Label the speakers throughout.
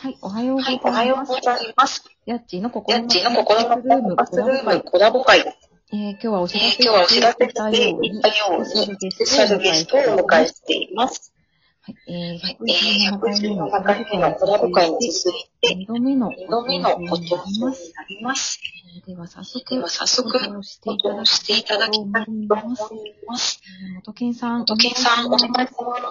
Speaker 1: はい、おはようござ
Speaker 2: はい
Speaker 1: い、
Speaker 2: おはよう
Speaker 1: ます
Speaker 2: ご。ざいます。
Speaker 1: やっちーの心
Speaker 2: や
Speaker 1: の
Speaker 2: っちの心の
Speaker 1: ルーム
Speaker 2: バスルーム
Speaker 1: 会。
Speaker 2: コラボ会。
Speaker 1: えー、今日はお
Speaker 2: えー
Speaker 1: 知らせ
Speaker 2: 今日はお知らせしていったように、スペシャルゲストをお迎え
Speaker 1: し
Speaker 2: しています。
Speaker 1: えー、
Speaker 2: えー、117
Speaker 1: 117
Speaker 2: 回目のコラボ会
Speaker 1: に
Speaker 2: に
Speaker 1: 続
Speaker 2: 続い
Speaker 1: いて、
Speaker 2: て、
Speaker 1: 2度目の
Speaker 2: 2度目のご登
Speaker 1: に
Speaker 2: 場
Speaker 1: な
Speaker 2: に
Speaker 1: ります。
Speaker 2: なります。
Speaker 1: では早速、
Speaker 2: では早速、
Speaker 1: 登場して
Speaker 2: ご
Speaker 1: いた
Speaker 2: 登
Speaker 1: だ
Speaker 2: 場
Speaker 1: き
Speaker 2: していただきたいと思います。
Speaker 1: 元健さん。
Speaker 2: とけんさん、お願いしま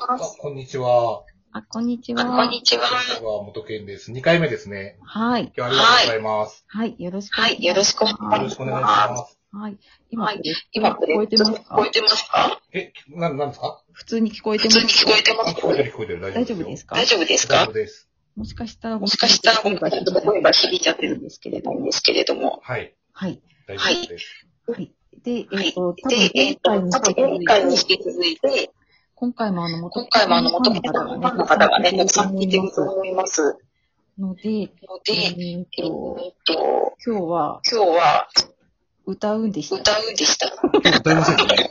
Speaker 3: あ、
Speaker 2: す。
Speaker 3: こんにちは。
Speaker 1: あ、こんにち
Speaker 2: あ
Speaker 1: は。
Speaker 2: こんにち
Speaker 3: こんに
Speaker 2: は。
Speaker 3: ちは、元健です。2回目ですね。
Speaker 1: はい。
Speaker 3: 今日はありがとうございます。
Speaker 1: はい、よろしくお
Speaker 2: は
Speaker 1: 願い
Speaker 2: い、
Speaker 1: し
Speaker 2: よろ
Speaker 1: ます。
Speaker 2: しくお
Speaker 3: よ
Speaker 2: 願
Speaker 3: ろ
Speaker 2: い
Speaker 3: し
Speaker 2: し
Speaker 3: くお願いしま。
Speaker 2: ます
Speaker 1: はい。今、
Speaker 2: はい今、
Speaker 1: 聞こえてます
Speaker 2: 聞
Speaker 1: か
Speaker 2: こえてますか
Speaker 3: え、な、なんですか
Speaker 1: 普通に聞こえて
Speaker 2: 普
Speaker 1: ま
Speaker 2: 通
Speaker 1: す
Speaker 2: に聞こえてま
Speaker 3: あ、
Speaker 2: す
Speaker 3: 聞こえてる聞こえてる。
Speaker 1: 大丈夫です
Speaker 3: か
Speaker 1: か
Speaker 2: 大丈夫です
Speaker 3: 大
Speaker 2: か
Speaker 3: 丈夫です。
Speaker 1: もしかしたらごめんな
Speaker 2: もし
Speaker 1: さ
Speaker 2: か
Speaker 1: い
Speaker 2: したら、ごめんなさい、声が響いちゃってる
Speaker 1: ん
Speaker 2: ん
Speaker 1: ですけ
Speaker 2: で
Speaker 1: れども。
Speaker 2: すけれども。
Speaker 3: はい、
Speaker 1: はい。
Speaker 3: 大丈夫です。
Speaker 1: はい。で、
Speaker 2: は
Speaker 1: えっ、
Speaker 2: い
Speaker 1: と、多。分
Speaker 2: で、え
Speaker 1: 前
Speaker 2: っと、
Speaker 1: 回
Speaker 2: 多
Speaker 1: に
Speaker 2: 分前回に引き続いて、
Speaker 1: 今回もあの、元
Speaker 2: 今回もあの、元
Speaker 1: 木
Speaker 2: 木
Speaker 1: さ
Speaker 2: さ
Speaker 1: ん
Speaker 2: ん
Speaker 1: の
Speaker 2: の
Speaker 1: フ
Speaker 2: フ
Speaker 1: ァンの方
Speaker 2: ァンの方
Speaker 1: が
Speaker 2: が
Speaker 1: ねた
Speaker 2: ね、た
Speaker 1: く
Speaker 2: く
Speaker 1: さ
Speaker 2: さ
Speaker 1: ん
Speaker 2: ん
Speaker 1: 聞い
Speaker 2: 聞い
Speaker 1: て
Speaker 2: て
Speaker 1: る
Speaker 2: る
Speaker 1: と
Speaker 2: と
Speaker 1: 思
Speaker 2: 思
Speaker 1: い
Speaker 2: い
Speaker 1: ま
Speaker 2: ます。
Speaker 1: ので、え
Speaker 2: ので、
Speaker 1: ーっ
Speaker 2: え
Speaker 1: と、
Speaker 2: っと、
Speaker 1: 今日は
Speaker 2: 今日は
Speaker 1: 歌うんでした。
Speaker 2: 歌うでした。
Speaker 3: 歌いませんかね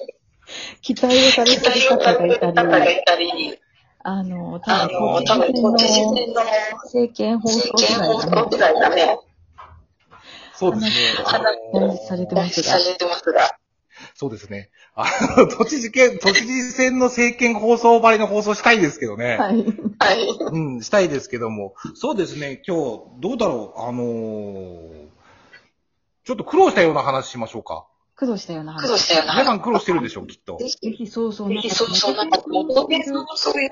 Speaker 1: 期待をされ
Speaker 2: 期
Speaker 1: てる
Speaker 2: 待を
Speaker 1: 方
Speaker 2: さ
Speaker 1: が
Speaker 2: れ
Speaker 1: い
Speaker 2: てる
Speaker 1: た
Speaker 2: 方が
Speaker 1: り、
Speaker 2: いたり、
Speaker 1: あの、
Speaker 2: あ
Speaker 1: 多
Speaker 2: の、
Speaker 1: 分、
Speaker 2: 多分、都知事
Speaker 1: の
Speaker 2: 選の
Speaker 1: 政権放送
Speaker 2: 政
Speaker 1: 時
Speaker 2: 権
Speaker 1: 代
Speaker 2: 放
Speaker 1: がね
Speaker 2: 送時代がね、
Speaker 3: そうですね。
Speaker 2: あの
Speaker 3: あの
Speaker 1: されてま
Speaker 2: 出
Speaker 1: す
Speaker 2: し
Speaker 1: が
Speaker 2: されてますが、
Speaker 3: そうですね。あの、都知事県、都知事選の政権放送ばりの放送したいですけどね。
Speaker 1: はい。
Speaker 2: はい。
Speaker 3: うん、したいですけども。そうですね、今日、どうだろう、あのー、ちょっと苦労したような話しましょうか。
Speaker 1: 苦労したような話。
Speaker 2: 苦労したよ
Speaker 3: 皆さ
Speaker 2: な。
Speaker 3: ん苦労してるでしょう、きっと。
Speaker 1: ぜひ、そうそう、
Speaker 2: ぜひ、そうそう、なんか、元木さんのそういう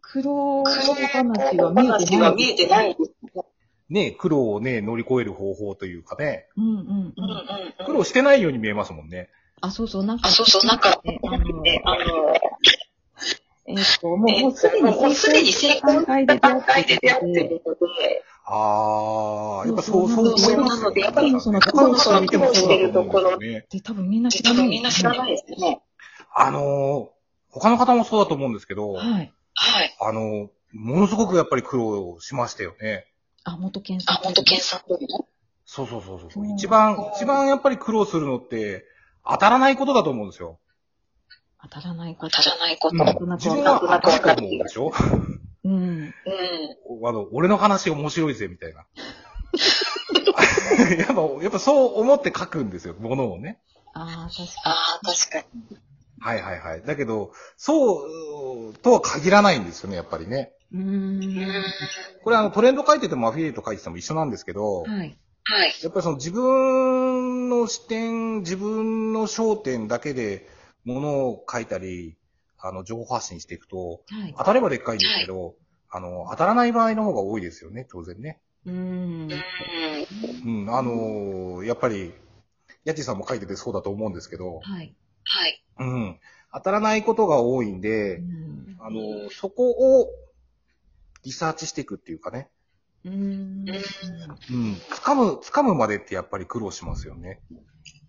Speaker 1: 苦労
Speaker 2: 苦労
Speaker 1: 話は
Speaker 2: 話は見えてない。
Speaker 3: ね、苦労をね、乗り越える方法というかね、
Speaker 1: うんうん
Speaker 2: うんう
Speaker 1: うんん。
Speaker 2: うん
Speaker 3: 苦労してないように見えますもんね。
Speaker 1: あ、そうそう、なんか。
Speaker 2: あ、そうそう、なんか、
Speaker 1: えあ
Speaker 2: あ
Speaker 1: の
Speaker 2: の、え、
Speaker 1: えっと、もう、
Speaker 2: え
Speaker 1: もうすでに、
Speaker 2: もうすでに成功した段階で出会ってるので、
Speaker 3: ああ、やっぱ
Speaker 1: そ
Speaker 3: そうう、
Speaker 1: そう
Speaker 3: そ
Speaker 2: そ
Speaker 3: う思い
Speaker 2: う
Speaker 3: ます
Speaker 2: な
Speaker 3: よ
Speaker 2: ので、
Speaker 3: ね。
Speaker 2: やっぱり、
Speaker 1: その
Speaker 3: 他の人見てもそうだと思うんですよね。
Speaker 1: で、多分みんな知ら
Speaker 2: 実
Speaker 1: な。
Speaker 2: はいみんな知らないですよね。
Speaker 3: あのー、他の方もそうだと思うんですけど、
Speaker 1: はい。
Speaker 2: はい。
Speaker 3: あのー、ものすごくやっぱり苦労しましたよね。
Speaker 1: あ、元検
Speaker 2: あ、
Speaker 1: 査。
Speaker 2: 本当検査とね。
Speaker 3: そうそうそうそう。
Speaker 1: うん
Speaker 3: 一番、一番やっぱり苦労するのって、当たらないことだと思うんですよ。
Speaker 1: 当たらないこ
Speaker 2: 当
Speaker 1: と
Speaker 2: た。らないこと。うん
Speaker 3: う
Speaker 2: ん。うん。
Speaker 3: 自分は当たると思うんでしょ
Speaker 1: うん。
Speaker 3: あの、俺の話面白いぜ、みたいな。 やっぱ、やっぱそう思って書くんですよ、ものをね。
Speaker 1: ああ、確か
Speaker 2: ああ、確かに。
Speaker 3: はいはいはい。だけど、そううんとは限らないんですよね、やっぱりね。
Speaker 1: に。うーん。
Speaker 3: これあのトレンド書いててもアフィリエイト書いてても一緒なんですけど、
Speaker 1: はい。
Speaker 2: はい。
Speaker 3: やっぱりその自分の視点、自分の焦点だけで物を書いたり、あの、情報発信していくと、
Speaker 1: はい。
Speaker 3: 当たればでっかいんですけど、あの、当たらない場合の方が多いですよね、当然ね。
Speaker 1: うーん。
Speaker 2: うん。
Speaker 3: うん、あのーやっぱり、やちさんも書いててそうだと思うんですけど、
Speaker 1: はい。
Speaker 2: はい。
Speaker 3: うん、当たらないことが多いん
Speaker 1: う
Speaker 3: で、
Speaker 1: ん。
Speaker 3: あの、そこをリサーチしていくっていうかね。
Speaker 1: うーん。
Speaker 3: うん。掴む、掴むまでってやっぱり苦労しますよね。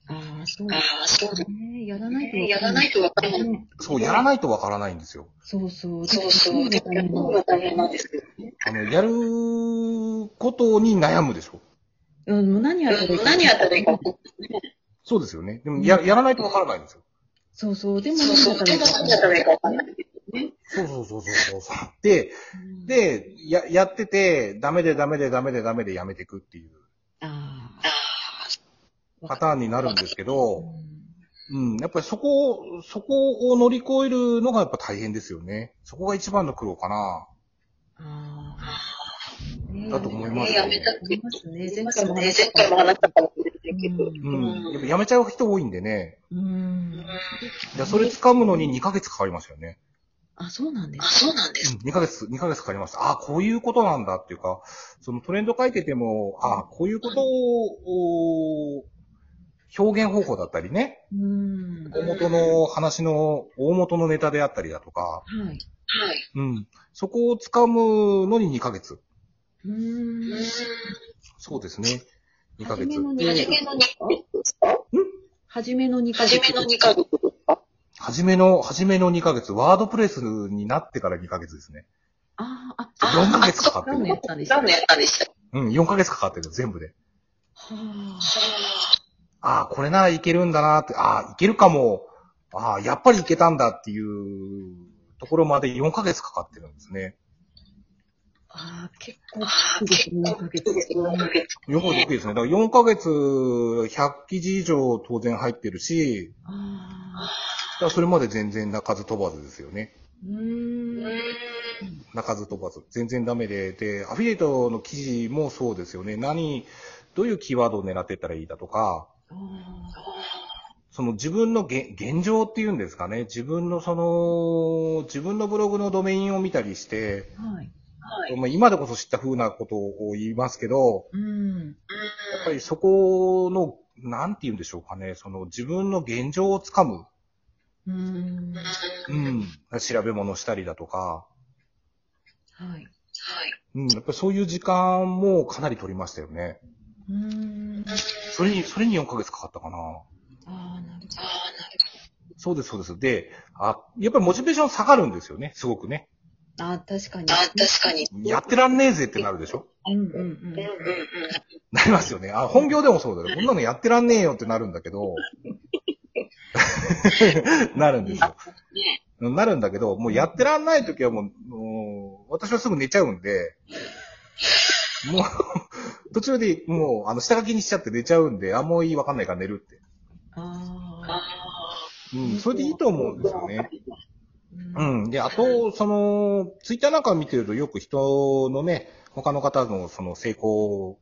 Speaker 1: ああ、そう
Speaker 2: ああ、そう
Speaker 1: で
Speaker 2: です
Speaker 1: ね。やらないと。
Speaker 2: ね。やらないとわからない。
Speaker 1: ね
Speaker 3: そう、やらないとわからないんですよ。
Speaker 1: そうそう。
Speaker 2: そうそう。でも、やるのが大変なんですけど。
Speaker 3: あの、やることに悩むでしょ。
Speaker 1: うん、もう何やったらいいか。
Speaker 2: 何やったらいいか分かん
Speaker 3: そうですよね。でも、や、やらないとわからないんですよ。
Speaker 1: そうそう。でも
Speaker 2: ない。そう
Speaker 1: 何や
Speaker 2: そ
Speaker 1: っ
Speaker 2: う。
Speaker 1: たらい
Speaker 2: で
Speaker 1: い
Speaker 2: も
Speaker 1: か。
Speaker 2: 何やったらいいか分かんない。
Speaker 3: そうそうそうそうそう。で、
Speaker 1: うん、
Speaker 3: で、や、やってて、ダメでダメでダメでダメでやめていくっていう
Speaker 1: あ
Speaker 2: あ
Speaker 1: あ。
Speaker 3: パターンになるんですけ
Speaker 1: う
Speaker 3: ど、
Speaker 1: ん
Speaker 3: うん、やっぱりそこを、そこを乗り越えるのがやっぱ大変ですよね。そこが一番の苦労かな。
Speaker 1: ああ。
Speaker 3: だと思い
Speaker 2: あ。
Speaker 3: ます
Speaker 2: ね、
Speaker 3: よ
Speaker 2: やめたって
Speaker 1: いますね。
Speaker 2: 言い
Speaker 1: 前
Speaker 2: ます
Speaker 1: 回
Speaker 2: ね。
Speaker 1: も
Speaker 2: 前
Speaker 1: 話した
Speaker 2: 回も話したかもしれないけど。
Speaker 3: う。
Speaker 2: うんん
Speaker 3: やっぱやめちゃう人多いんでね。
Speaker 1: うん。
Speaker 3: いや、それ掴むのに2ヶ月かかりましたよね。
Speaker 1: あ、そうなんで
Speaker 2: あ、
Speaker 1: す。
Speaker 2: そうなんです。
Speaker 3: うん、2ヶ月、2ヶ月かかりました。ああ、こういうことなんだっていうか、そのトレンド書いてても、ああ、こういうことを、お表現方法だったりね、
Speaker 1: うん。は
Speaker 3: 大元の話の、大元のネタであったりだとか、
Speaker 1: い。
Speaker 2: はい。
Speaker 3: うん。そこを掴むのに2ヶ月。
Speaker 1: うん。
Speaker 2: うん。
Speaker 3: そうですね。2ヶ月
Speaker 1: 初め。の
Speaker 2: 初めの2ヶ月ですか
Speaker 1: 初めの2ヶ
Speaker 2: 初
Speaker 1: 月。
Speaker 2: めの2ヶ月ですか
Speaker 3: 初めの、初めの2ヶ月、ワードプレスになってから2ヶ月ですね。
Speaker 1: ああ、あ、
Speaker 3: 4ヶ月かかって
Speaker 1: ラーメンや
Speaker 3: る
Speaker 1: っ。たんでした。
Speaker 2: 何のやったんでしたっ
Speaker 3: うん、4ヶ月かかってる、全部で。
Speaker 1: はあ。
Speaker 2: け
Speaker 3: ああ、これならいけるんだなって、ああ、いけるかも。ああ、やっぱりいけたんだっていうところまで4ヶ月かかってるんですね。
Speaker 1: ああ、結構きついですね、4ヶ月。
Speaker 3: 4ヶ月ですね。だから4ヶ月100記事以上当然入ってるし、
Speaker 1: ああ、
Speaker 3: だからそれまで全然泣かず飛ばずですよね。
Speaker 1: うーん。
Speaker 3: 泣かず飛ばず。全然ダメで。で、アフィリエイトの記事もそうですよね。何、どういうキーワードを狙ってったらいいだとか、
Speaker 1: あ
Speaker 3: その自分のげ現状っていうんですかね。自分のその、自分のブログのドメインを見たりして、
Speaker 1: あ、はい。
Speaker 3: まあ今でこそ知った風なことを言いますけど、
Speaker 1: うん。
Speaker 3: やっぱりそこの、なんて言うんでしょうかね。その自分の現状をつかむ。
Speaker 1: うん。
Speaker 3: うん。調べ物したりだとか、
Speaker 1: はい。
Speaker 3: うん。やっぱりそういう時間もかなり取りましたよね。
Speaker 1: うん。
Speaker 3: それに、それに4ヶ月かかったかな。
Speaker 1: ああ、なる
Speaker 3: そうです、そうです。で、あ、やっぱりモチベーション下がるんですよね、すごくね。
Speaker 1: ほど。ああ、確かに。
Speaker 3: やってらんねえぜってなるでしょ
Speaker 1: うんうんうん。
Speaker 3: なりますよね。あ、本業でもそうだよ。こんなのやってらんねえよってなるんだけど。 なるんですよ。なるんだけど、もうやってらんない時はもう、もう私はすぐ寝ちゃうんで、もう、途中でもう、あの、下書きにしちゃって寝ちゃうんで、あ、もういい、わかんないから寝るって。
Speaker 1: ああ。
Speaker 3: うん、それでいいと思うんですよね。うん。で、あと、その、ツイッターなんか見てるとよく人のね、他の方のその成功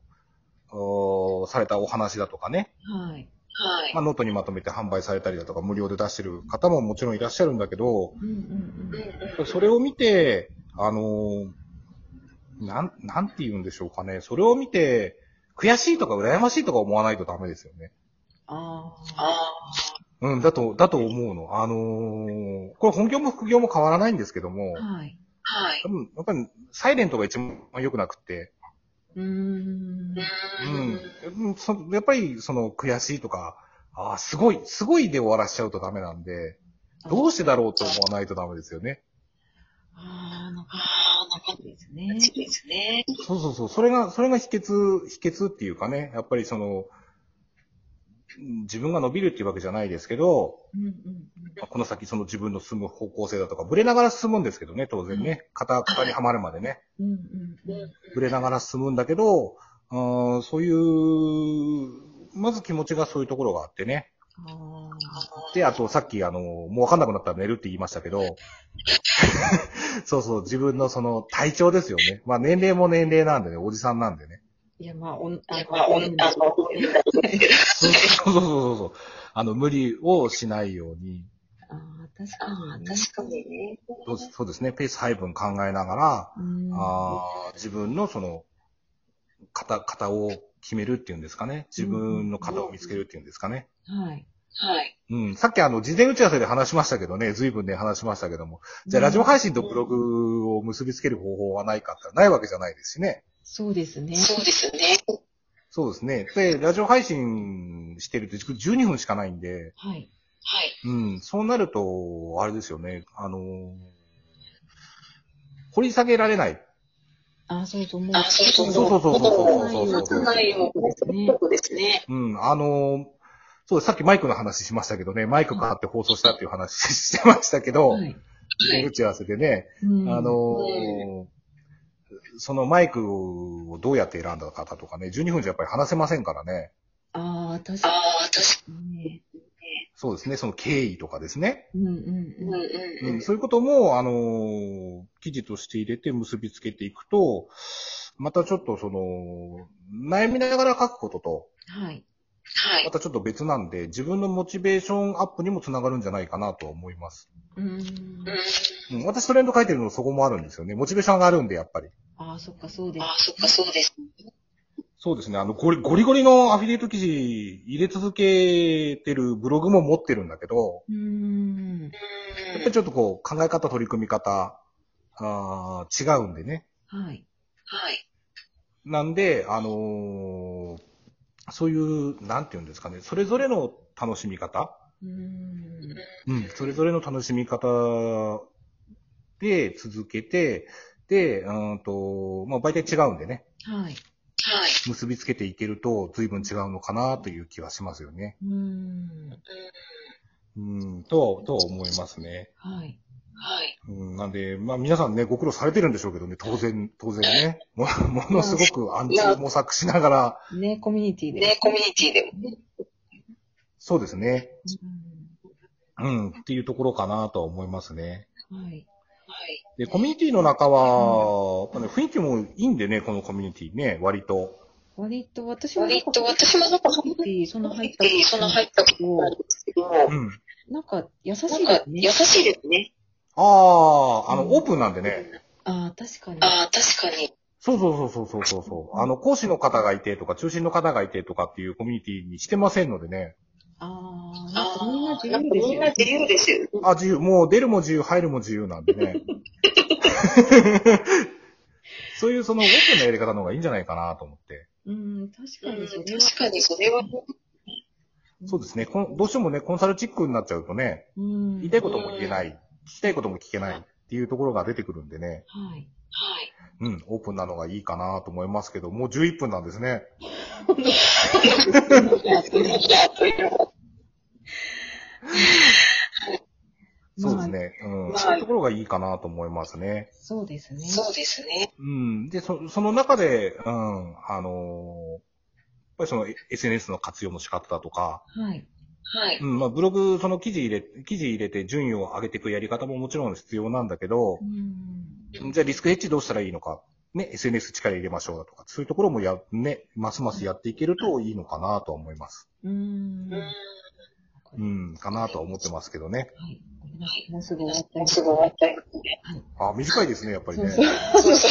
Speaker 3: おーされたお話だとかね、
Speaker 1: はい。
Speaker 3: まあ、ノートにまとめて販売されたりだとか、無料で出してる方ももちろんいらっしゃるんだけど、
Speaker 1: うんうんうん。
Speaker 3: それを見て、あのーなん、なんて言うんでしょうかね。それを見て、悔しいとか羨ましいとか思わないとダメですよね。
Speaker 1: ああ。
Speaker 3: うん、だと、だと思うの。あのーこれ本業も副業も変わらないんですけども、
Speaker 1: はい。
Speaker 3: 多分、やっぱり、サイレントが一番良くなくって、
Speaker 1: うーん。
Speaker 3: うん。そやっぱり、その、悔しいとか、ああ、すごい、すごいで終わらしちゃうとダメなんで、どうしてだろうと思わないとダメですよね。
Speaker 1: ああ、なんか、そうですね。
Speaker 3: そうそうそう。それが、それが秘訣、秘訣っていうかね、やっぱりその、うん自分が伸びるっていうわけじゃないですけど、
Speaker 1: うんうん
Speaker 3: まあこの先その自分の進む方向性だとか、ブレながら進むんですけどね、当然ね。型、型にはまるまでね。
Speaker 1: うん。うんうんうん。
Speaker 3: ぶれながら進むんだけど、あーそういう、まず気持ちがそういうところがあってね。
Speaker 1: あ
Speaker 3: で、あとさっきあの、もうわかんなくなったら寝るって言いましたけど、 そうそう、自分のその体調ですよね。まあ年齢も年齢なんでね、おじさんなんでね。
Speaker 1: ーいや、まあ、おん、あ
Speaker 3: そうそうそうそうそう。あの、無理をしないように、
Speaker 1: ああ、確かにね。
Speaker 3: そうそうですね、ペース配分考えながら、
Speaker 1: うん
Speaker 3: あー自分のその、型、型を決めるっていうんですかね。自分の型を見つけるっていうんですかね。
Speaker 1: はい。
Speaker 3: うん。さっきあの、事前打ち合わせで話しましたけどね、随分ね、話しましたけども。じゃあ、ラジオ配信とブログを結びつける方法はないかってないわけじゃないですしね。
Speaker 1: そうですね。
Speaker 3: そうですね。で、ラジオ配信してると12分しかないんで、
Speaker 1: はい。
Speaker 3: うん、そうなると、あれですよね、あのー掘り下げられない。
Speaker 1: ああ、そうそう、もう。
Speaker 3: うん、あのーそうです。さっきマイクの話しましたけどね、マイク買って放送したっていう話してましたけど、
Speaker 1: はい。
Speaker 3: 事前打ち合わせでね、
Speaker 1: うん
Speaker 3: あの、ーそのマイクをどうやって選んだかとかね、12分じゃやっぱり話せませんからね。
Speaker 1: ああ、確かにね。
Speaker 3: そうですね、その経緯とかですね。
Speaker 1: うんうんうん。
Speaker 3: うん、そういうことも、あのー記事として入れて結びつけていくと、またちょっとその、悩みながら書くことと、
Speaker 1: はい。
Speaker 3: またちょっと別なんで、自分のモチベーションアップにもつながるんじゃないかなと思います。
Speaker 1: うん。
Speaker 3: うん、私トレンド書いてるのそこもあるんですよね。モチベーションがあるんで、やっぱり。
Speaker 1: ああ、そっか、そうです。
Speaker 3: そうですね。あの、ゴリゴリゴリのアフィリエイト記事入れ続けてるブログも持ってるんだけど、
Speaker 1: うーん。
Speaker 3: やっぱりちょっとこう、考え方、取り組み方、あー違うんでね。
Speaker 1: はい。
Speaker 3: なんで、あのーそういう、なんていうんですかね、それぞれの楽しみ方、
Speaker 1: うーん。
Speaker 3: うん、それぞれの楽しみ方で続けて、で、うーんと、まあ、媒体違うんでね、
Speaker 1: はい。
Speaker 3: 結びつけていけると随分違うのかなという気はしますよね。
Speaker 1: うーん。
Speaker 3: うん、とは、とは思いますね。
Speaker 1: はい。
Speaker 4: はい。
Speaker 3: うん、なんで、まあ皆さんね、ご苦労されてるんでしょうけどね、当然、当然ね。もものすごく暗中模索しながら、
Speaker 1: ね、コミュニティで。
Speaker 2: ね、コミュニティでもね。
Speaker 3: そうですね。うん、っていうところかなとは思いますね。
Speaker 1: はい。
Speaker 4: はい。
Speaker 3: で、コミュニティの中は、まあね、雰囲気もいいんでね、このコミュニティね、割と。
Speaker 1: 割と私もなん
Speaker 2: 割
Speaker 1: か
Speaker 2: と、私もなんか、コミ
Speaker 1: コミュニティその
Speaker 2: ュ
Speaker 1: 入っ
Speaker 2: ニ
Speaker 1: た
Speaker 2: ティ、その入ったことがあるんですけど、な
Speaker 3: うん。
Speaker 1: なんか優しいで
Speaker 2: んか
Speaker 1: す、ね
Speaker 2: 優。しいですね。
Speaker 3: ああ、あの、
Speaker 1: うん
Speaker 3: オープンなんでね。
Speaker 1: ああ、確かに。
Speaker 2: ああ、確かに。
Speaker 3: そうそうそうそうそうそう。あの、講師の方がいてとか、中心の方がいてとかっていうコミュニティにしてませんのでね。
Speaker 1: ああ、なん
Speaker 2: あ
Speaker 1: か
Speaker 2: あ、
Speaker 1: みんな自
Speaker 2: なん
Speaker 1: 由ですよ
Speaker 2: かみんな
Speaker 1: ね。
Speaker 2: 自由ですよ。
Speaker 3: あ、自由、もう出るも自由、入るも自由なんで ね。そういうそのオープンなやり方の方がいいんじゃないかなと思って。
Speaker 1: うん、確か
Speaker 2: うん
Speaker 1: にそれは。
Speaker 2: 確かに、それは、
Speaker 3: そうですね。こんどうしてもね、コンサルチックになっちゃうとね、
Speaker 1: うん。
Speaker 3: 言いたいことも言えない、聞きたいことも聞けないっていうところが出てくるんでね。
Speaker 1: はい。
Speaker 2: はい。
Speaker 3: うん、オープンなのがいいかなと思いますけど、もう11分なんですね。
Speaker 2: いや、という
Speaker 3: そうですね。うん。そういうところがいいかなと思いますね。
Speaker 1: そうですね。
Speaker 2: そうですね。
Speaker 3: うん。で、そその中で、うん、あのーやっぱりそのえ SNS の活用の仕方だとか、
Speaker 1: はい。
Speaker 2: はい。
Speaker 3: うん、まあブログ、その記事入れ、記事入れて順位を上げていくやり方ももちろん必要なんだけど
Speaker 1: う、ん。
Speaker 3: じゃあリスクヘッジどうしたらいいのか、ね、SNS 力入れましょうだとか、そういうところもや、ね、ますますやっていけるといいのかなとは思います。
Speaker 1: うん。
Speaker 2: うん。
Speaker 1: わかり
Speaker 3: う
Speaker 1: ま
Speaker 3: ん、かなとは思ってますけどね。
Speaker 1: すはい。もうすぐ終わっちゃ
Speaker 2: も
Speaker 1: いうそ
Speaker 2: すぐ終わっちゃいますね。
Speaker 3: あ、短いですね、やっぱり
Speaker 1: う
Speaker 3: ね。
Speaker 1: そう。
Speaker 2: そうそ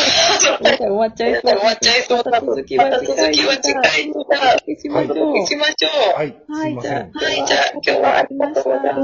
Speaker 2: う。
Speaker 1: 今回終わっちゃいそう。
Speaker 2: 終わっちゃいそう
Speaker 1: また続きは次回に。
Speaker 2: また続きは次回に
Speaker 1: お届けしましょう。
Speaker 2: 行きましょう。
Speaker 3: はい、すいません。
Speaker 1: じゃあ
Speaker 2: はい、じゃあ今日はありがとうございました。